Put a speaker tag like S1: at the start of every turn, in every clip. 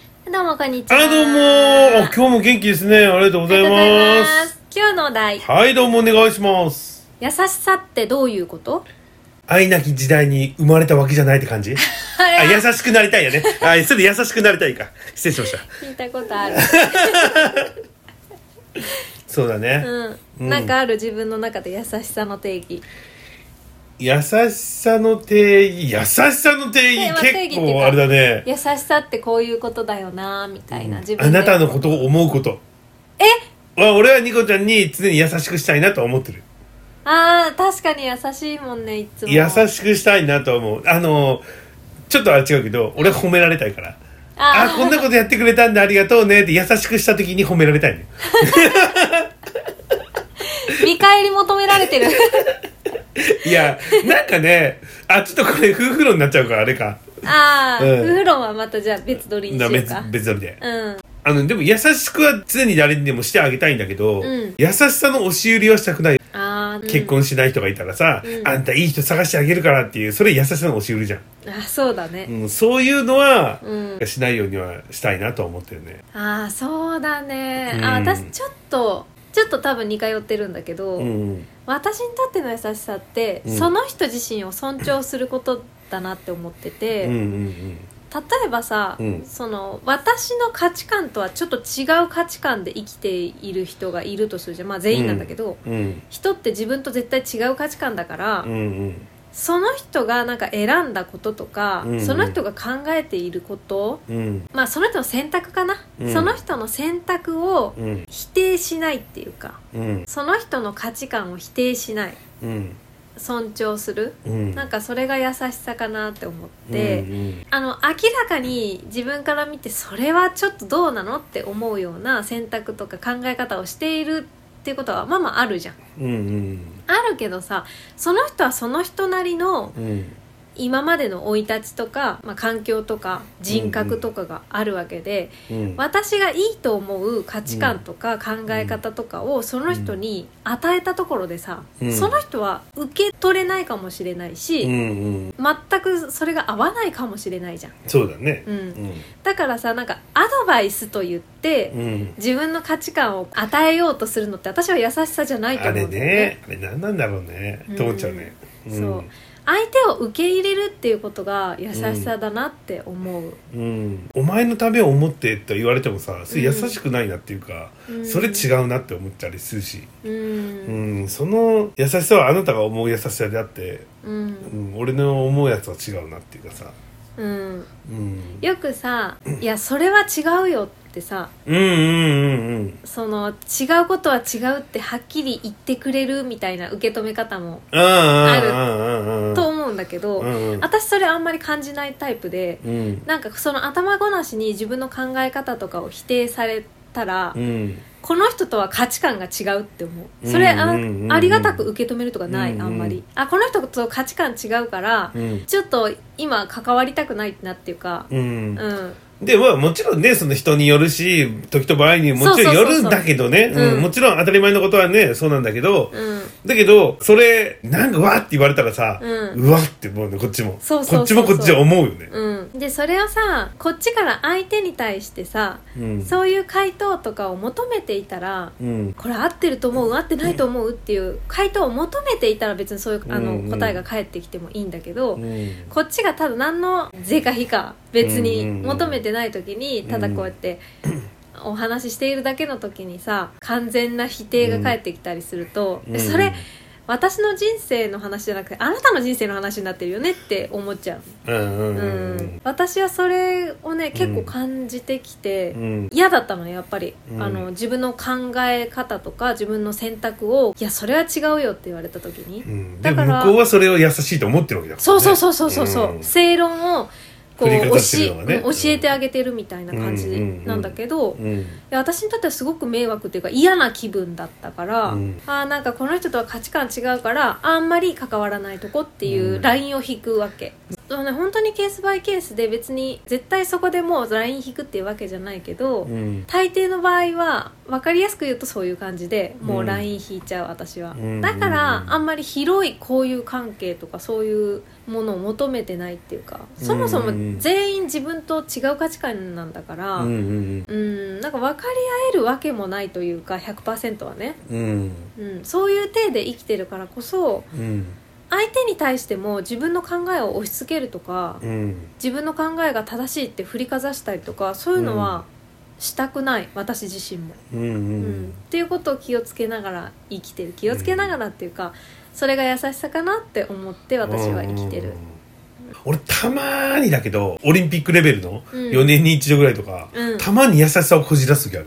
S1: んにちは。
S2: あ、どうもーあ今日も元気ですね。ありがとうご
S1: あ
S2: ざ
S1: りがと
S2: い
S1: うござい
S2: ま
S1: ます
S2: す。。
S1: 今日のお題、
S2: はい、どうもお願いします。
S1: 優しさってどういうこと
S2: 愛なき時代に生まれたわけじゃないっ て感じあ、優しくなりたいよね。あ、それ優しくなりたいか。失礼しました。
S1: 聞いたこと ある。
S2: そうだね。
S1: う
S2: うん
S1: ん。なんかある自分の中で優しさの定義。
S2: 優しさの定義、優しさの定
S1: ねまあ
S2: 義、
S1: 定義って
S2: 結
S1: いう
S2: 構
S1: か
S2: あれだね。
S1: 優しさってこういうことだよなみたいな。自分
S2: あ
S1: で
S2: なたのことを思うこと。え俺はニコちゃんに常に優しくしたいなと思ってる。
S1: ああ、確かに優しいもんね、いつも。
S2: 優しくしたいなと思う。あの、ちょっとあれ違うけど、俺は褒められたいから。あ
S1: あ
S2: こんなことやってくれたんだありがとうねって優しくした時に褒められたいね
S1: ー 見返り求められて る。
S2: いやなんかねあちょっとこれ夫婦論になっちゃうからあれか
S1: ああ、
S2: うん
S1: ウフロンはまたじゃあ別撮りにし
S2: な
S1: よう
S2: 別
S1: か。
S2: 別だみたい
S1: うん。
S2: あのでも優しくは常に誰にでもしてあげたいんだけど、
S1: ん
S2: 優しさの押し売りをしたくない
S1: ああ、うん
S2: 結婚しない人がいたらさ、
S1: うん
S2: あんたいい人探してあげるからっていうそれ優しさの押し売りじゃん、
S1: あ、そうだね。
S2: うん、そういうのは、
S1: うん。
S2: しないようにはしたいなとは思ってるね
S1: ああそうだね、
S2: うん
S1: あ私ちょっとちょっと多分似通ってるんだけど、
S2: うん
S1: 私にとっての優しさって、
S2: うん
S1: その人自身を尊重することだなって思ってて、
S2: うんうんう
S1: 例
S2: ん
S1: えばさ、
S2: うん
S1: その私の価値観とはちょっと違う価値観で生きている人がいるとするじゃんまあ全員なんだけど、
S2: うん
S1: 人って自分と絶対違う価値観だから、
S2: うんうん
S1: その人がなんか選んだこととか、
S2: うん
S1: その人が考えていること
S2: うん
S1: まあその人の選択かな、
S2: うん
S1: その人の選択を
S2: うん
S1: 否定しないっていうか
S2: うん
S1: その人の価値観を否定しない
S2: うん
S1: 尊重する
S2: うん
S1: なんかそれが優しさかなって思っ
S2: う
S1: て、
S2: んうん
S1: あの明らかに自分から見てそれはちょっとどうなのって思うような選択とか考え方をしているっていうことはまあまああるじゃん
S2: うん
S1: あるけどさその人はその人なりの
S2: うんうん
S1: 今までの生い立ちとか、まあ、環境とか人格とかがあるわけで、
S2: うん
S1: 私がいいと思う価値観とか考え方とかをその人に与えたところでさ、
S2: うん
S1: その人は受け取れないかもしれないし、
S2: うんうん
S1: 全くそれが合わないかもしれないじゃん、
S2: そうだね
S1: う、
S2: うんん
S1: だからさなんかアドバイスと言って、
S2: うん
S1: 自分の価値観を与えようとするのって私は優しさじゃないと
S2: あ
S1: 思
S2: れ
S1: うんだよね
S2: ねあれ何なんだろうね
S1: うん
S2: と思っちゃうね
S1: そう相手を受け入れるっていうことが優しさだなって思う、
S2: うんお前のためを思ってと言われてもさそれ優しくないなっていうか
S1: うん
S2: それ違うなって思ったりするし
S1: うん
S2: うんその優しさはあなたが思う優しさであって
S1: うん
S2: うん俺の思うやつは違うなっていうかさ
S1: うん
S2: うん
S1: よくさ「いやそれは違うよ」ってさ
S2: うんうんうん
S1: その違うことは違うってはっきり言ってくれるみたいな受け止め方も
S2: うんある
S1: と思うんだけど、
S2: うんうん
S1: 私それあんまり感じないタイプで
S2: うん
S1: なんかその頭ごなしに自分の考え方とかを否定されたら、
S2: うん
S1: この人とは価値観が違うって思うそれ、あ
S2: うんうんうん
S1: ありがたく受け止めるとかない、
S2: うんうん
S1: あんまりあこの人と価値観違うから、
S2: うん
S1: ちょっと今関わりたくないなっていうか、
S2: うん
S1: うん、
S2: で、まあもちろんね、その人によるし、時と場合にもちろんよるんだけどね、
S1: そうそうそうそう
S2: う
S1: うん
S2: んもちろん当たり前のことはね、そうなんだけど、
S1: うん、
S2: だけど、それ、なんかわーって言われたらさ、
S1: うん
S2: わーってもうね、こっちも。
S1: そうそうそうそう
S2: こっちもこっちは思うよね。
S1: うん、でそれをさこっちから相手に対してさ、
S2: うん。
S1: そういう回答とかを求めていたら
S2: うん。
S1: これ合ってると思う合ってないと思うっていう回答を求めていたら別にそういうあ
S2: うんうん
S1: の答えが返ってきてもいいんだけど、
S2: うん。
S1: こっちがただ何の是か非か別に
S2: うんうんうん
S1: 求めてない時にただこうやってお話ししているだけの時にさ完全な否定が返ってきたりすると、
S2: うん
S1: それ私の人生の話じゃなくてあなたの人生の話になってるよねって思っちゃう
S2: うんうんう
S1: うんん、私はそれをね結構感じてきて、
S2: うん。
S1: 嫌だったのやっぱり、
S2: うん
S1: あの自分の考え方とか自分の選択を「いやそれは違うよ」って言われた時に、
S2: うん。で
S1: だか
S2: も
S1: ら
S2: 向こうはそれを優しいと思ってるわけだから、ね。
S1: そうそうそうそうそうそう、
S2: ん
S1: 正論をこう
S2: 振りかざ
S1: 教
S2: して
S1: え
S2: るのがね
S1: うん教えてあげてるみたいな感
S2: うんうんうん
S1: じ
S2: うん
S1: なんだけど、い
S2: うん。
S1: や私にとってはすごく迷惑っていうか嫌な気分だったから、
S2: うん
S1: あーなんかこの人とは価値観違うからあんまり関わらないとこっていうラインを引くわけ、あのね本当にケースバイケースで別に絶対そこでもうライン引くっていうわけじゃないけど、
S2: うん
S1: 大抵の場合は分かりやすく言うとそういう感じでもううん LINE 引いちゃう私は、
S2: うん
S1: だから
S2: うん
S1: あんまり広い交友関係とかそういうものを求めてないっていうかそもそも全員自分と違う価値観なんだから
S2: う
S1: うん、
S2: ん
S1: なんか分かり合えるわけもないというか100%はね、
S2: うんうん
S1: うん、そういう体で生きてるからこそ
S2: うん
S1: 相手に対しても自分の考えを押し付けるとか
S2: うん
S1: 自分の考えが正しいって振りかざしたりとかそういうの
S2: うん
S1: はしたくない、私自身も。
S2: うんうんう
S1: うんっ
S2: ん
S1: ていうことを気をつけながら生きてる気をつけながらっていうか、それが優しさかなって思って私は生きてる、
S2: 俺たまーにだけどオリンピックレベルの
S1: うん
S2: 4年に一度ぐらいとか、
S1: うん
S2: たまに優しさをこじらす時ある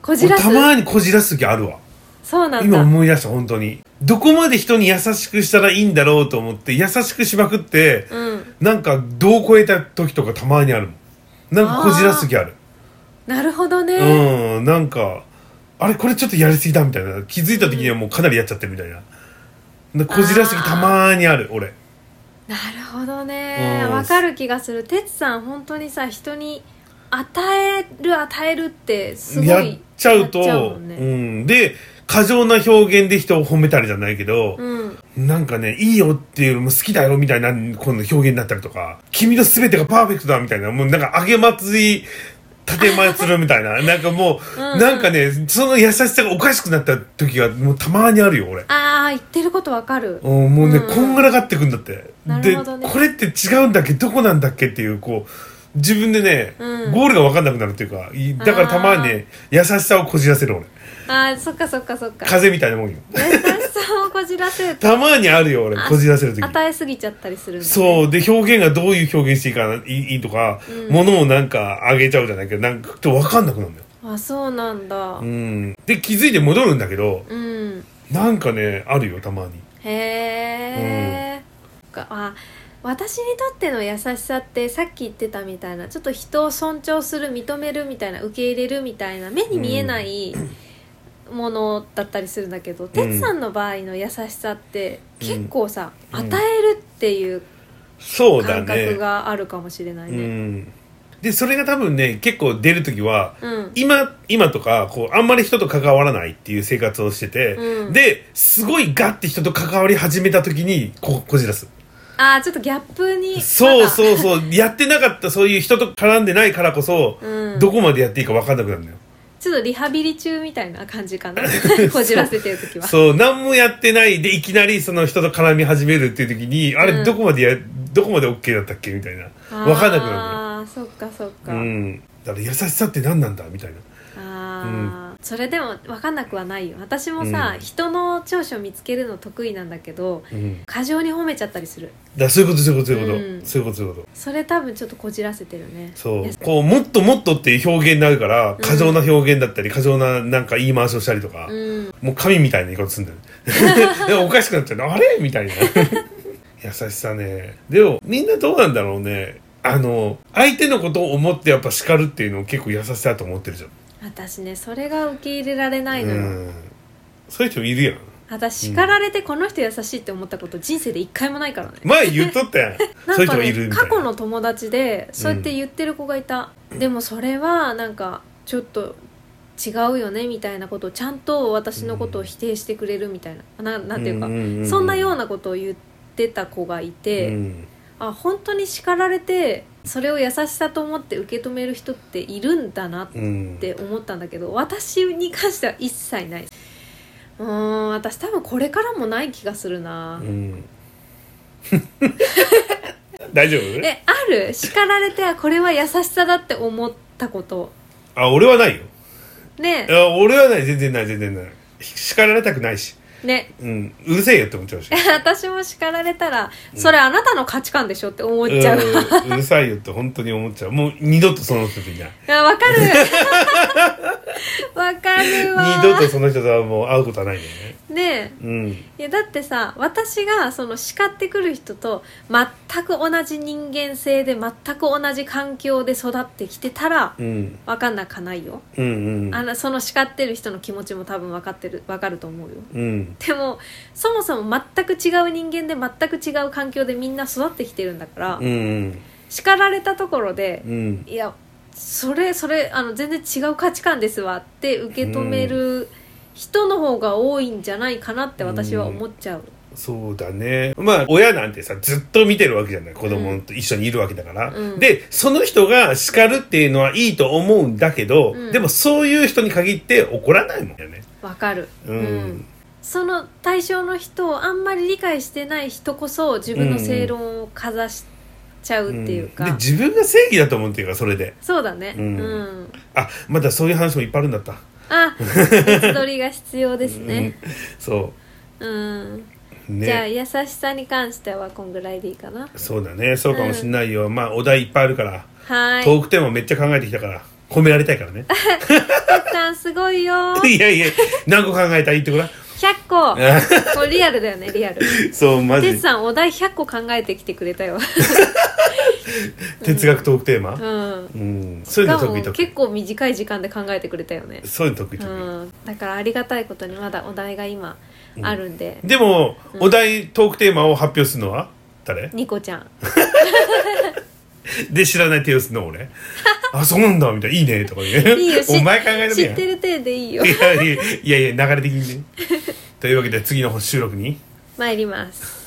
S1: こじらす
S2: 俺たまーにこじらす時あるわ
S1: そうなん
S2: 今
S1: だ
S2: 思い出した本当にどこまで人に優しくしたらいいんだろうと思って優しくしまくって、
S1: うん
S2: なんか度を超えた時とかたまにあるもんなんかこじらす時ある
S1: なるほどね、
S2: うんなんかあれこれちょっとやりすぎたみたいな気づいた時にはもうかなりやっちゃってるみたいな、なこじらす時たまーにある俺
S1: なるほどね
S2: うん
S1: わかる気がする哲さん本当にさ人に与える与えるってすごい
S2: やっちゃうと
S1: やっちゃうもんね
S2: ん、で過剰な表現で人を褒めたりじゃないけど、
S1: うん
S2: なんかね、いいよっていうよりも好きだよみたいな、この表現になったりとか、君の全てがパーフェクトだみたいな、もうなんか、あげまつい、建前するみた いな、なんかもう、
S1: うんうん
S2: なんかね、その優しさがおかしくなった時が、もうたまにあるよ、俺。
S1: ああ言ってることわかる
S2: うんもうね、
S1: うんうん
S2: こんがらがってくんだって。
S1: なるほどね
S2: で、これって違うんだっけどこなんだっけっていう、こう、自分でね、
S1: うん
S2: ゴールが分かんなくなるっていうか、いだからたまにね、優しさをこじらせる俺。
S1: あーそっかそっかそっか
S2: 風邪みたいなもんよ。
S1: 優しさをこじらせ ると
S2: たまにあるよ、俺、こじらせる時。
S1: 与えすぎちゃったりするんだね、
S2: そうで表現がどういう表現していいかないいいいとか、
S1: うん
S2: ものをなんかあげちゃうじゃないけどなんかちょっと分かんなくなるんだよ。
S1: あそうなんだ
S2: うん、で気づいて戻るんだけど
S1: うん
S2: なんかねあるよたまに。
S1: へえ、かあ私にとっての優しさってさっき言ってたみたいなちょっと人を尊重する認めるみたいな受け入れるみたいな目に見えないものだったりするんだけど哲、さんの場合の優しさって結構さ、
S2: うん
S1: 与えるっていう
S2: そうだ
S1: 感覚
S2: ね。
S1: があるかもしれないうね。
S2: ん、でそれが多分ね結構出る時は
S1: うん、
S2: 今今とかこうあんまり人と関わらないっていう生活をしてて、
S1: うん
S2: ですごいガッて人と関わり始めた時にここじらす。
S1: ああちょっとギャップに
S2: そう
S1: う、
S2: そうそうやってなかったそういう人と絡んでないからこそ、
S1: うん、
S2: どこまでやっていいか分かんなくなるんだよ。
S1: ちょっとリハビリ中みたいな感じ かなこじらせてる時は。
S2: そう、何もやってないで、いきなりその人と絡み始めるっていう時に、あ
S1: うん
S2: れ、どこまでや、どこまで OK だったっけみたいな。わかんなくな
S1: ああーそっかそっか、
S2: るのよ。うん。だから優しさって何なんだみたいな。
S1: ああ、それでも分かんなくはないよ私もさ、
S2: うん
S1: 人の長所見つけるの得意なんだけど
S2: うん。だか
S1: 過剰に褒めちゃったりする
S2: らそういうこと、そういうこと、そういう
S1: う
S2: こ
S1: ん
S2: と。そういうこと、そういうこと。
S1: それ多分ちょっとこじらせてるね
S2: そ
S1: いうや。
S2: こう、もっともっとっていう表現になるから、過剰な表現だったり、過剰ななんか言い回しをしたりとか、
S1: うん
S2: もう神みたいな言い方するんだよね。 でもおかしくなっちゃうの。あれみたいな。 優しさね。でも、みんなどうなんだろうね。あの、相手のことを思ってやっぱ叱るっていうのを結構優しさだと思ってるじゃん。
S1: 私ねそれが受け入れられないのよ、
S2: うんそういう人もいるやん
S1: 私叱られてこの人優しいって思ったこと人生で一回もないからね
S2: 前言っとったやんそう
S1: ないん
S2: う人
S1: か
S2: もい
S1: ね
S2: るみたい
S1: 過
S2: な
S1: 去の友達でそうやって言ってる子がいた、でもそれはなんかちょっと違うよねみたいなことをちゃんと私のことを否定してくれるみたいなななんていうか、
S2: うんうんうん
S1: そんなようなことを言ってた子がいて、
S2: うん
S1: あ本当に叱られてそれを優しさと思って受け止める人っているんだなっ
S2: うん
S1: て思ったんだけど私に関しては一切ないうん私多分これからもない気がするな、
S2: うん 大丈夫
S1: えある叱られてあこれは優しさだって思ったこと
S2: あ俺はないよ
S1: ね
S2: あ俺はない全然ない全然ない叱られたくないし、
S1: ね
S2: うん、うるせえよって思っちゃうし
S1: 私も叱られたらそれあなたの価値観でしょって思っちゃう、 い
S2: うんうるさいよって本当に思っちゃうもう二度とその人といない
S1: やわかるわ わかるわ
S2: 二度とその人とはもう会うことはないんだよね
S1: ねえ
S2: うん
S1: いやだってさ私がその叱ってくる人と全く同じ人間性で全く同じ環境で育ってきてたら
S2: うん
S1: 分かんなかないよ
S2: うんうん
S1: あのその叱ってる人の気持ちも多分分かってる分かると思うよ
S2: うん
S1: でもそもそも全く違う人間で全く違う環境でみんな育ってきてるんだから、
S2: うん
S1: 叱られたところで
S2: うんう
S1: 「
S2: ん
S1: いやそれそれあの全然違う価値観ですわ」って受け止める人の方が多いんじゃないかなって私は思っちゃう。
S2: そうだねまあ親なんてさずっと見てるわけじゃない子供と一緒にいるわけだから、
S1: うん
S2: でその人が叱るっていうのはいいと思うんだけど、
S1: うん
S2: でもそういう人に限って怒らないもんよね
S1: わかる、
S2: うん
S1: その対象の人をあんまり理解してない人こそ自分の正論をかざしちゃうっていうか、
S2: んで自分が正義だと思うっていうかそれで
S1: そうだね
S2: う
S1: うんん、
S2: あまだそういう話もいっぱいあるんだった
S1: あ別撮りが必要ですね
S2: うん、そ
S1: うん、
S2: うね
S1: じゃあ優しさに関してはこんぐらいでいいかな
S2: そうだねそうかもしんないよ、まあお題いっぱいあるから、
S1: はー
S2: ト
S1: い
S2: ークテーマめっちゃ考えてきたから褒められたいからね
S1: たくさんすごいよー
S2: いやいや何個考えたいってごらん
S1: 100個 これリアルだよねリアル
S2: そうマジ
S1: 哲さんお題100個考えてきてくれた よ
S2: 哲学トークテーマ
S1: うん
S2: うんそう
S1: し
S2: いうの
S1: か
S2: 得
S1: も
S2: 意得
S1: 結
S2: 意
S1: 構短い時間で考えてくれたよね
S2: そういうの得意得意、
S1: うん、だからありがたいことにまだお題が今あるんで、
S2: でも、お題トークテーマを発表するのは誰
S1: ニコちゃん
S2: で知らない手をする の俺あそうなんだみたいないいねとかね
S1: いいよ
S2: お前考え
S1: 知って
S2: るね
S1: る体でいいよ
S2: いやいやいやいや流れ的にねというわけで次の収録に
S1: 参ります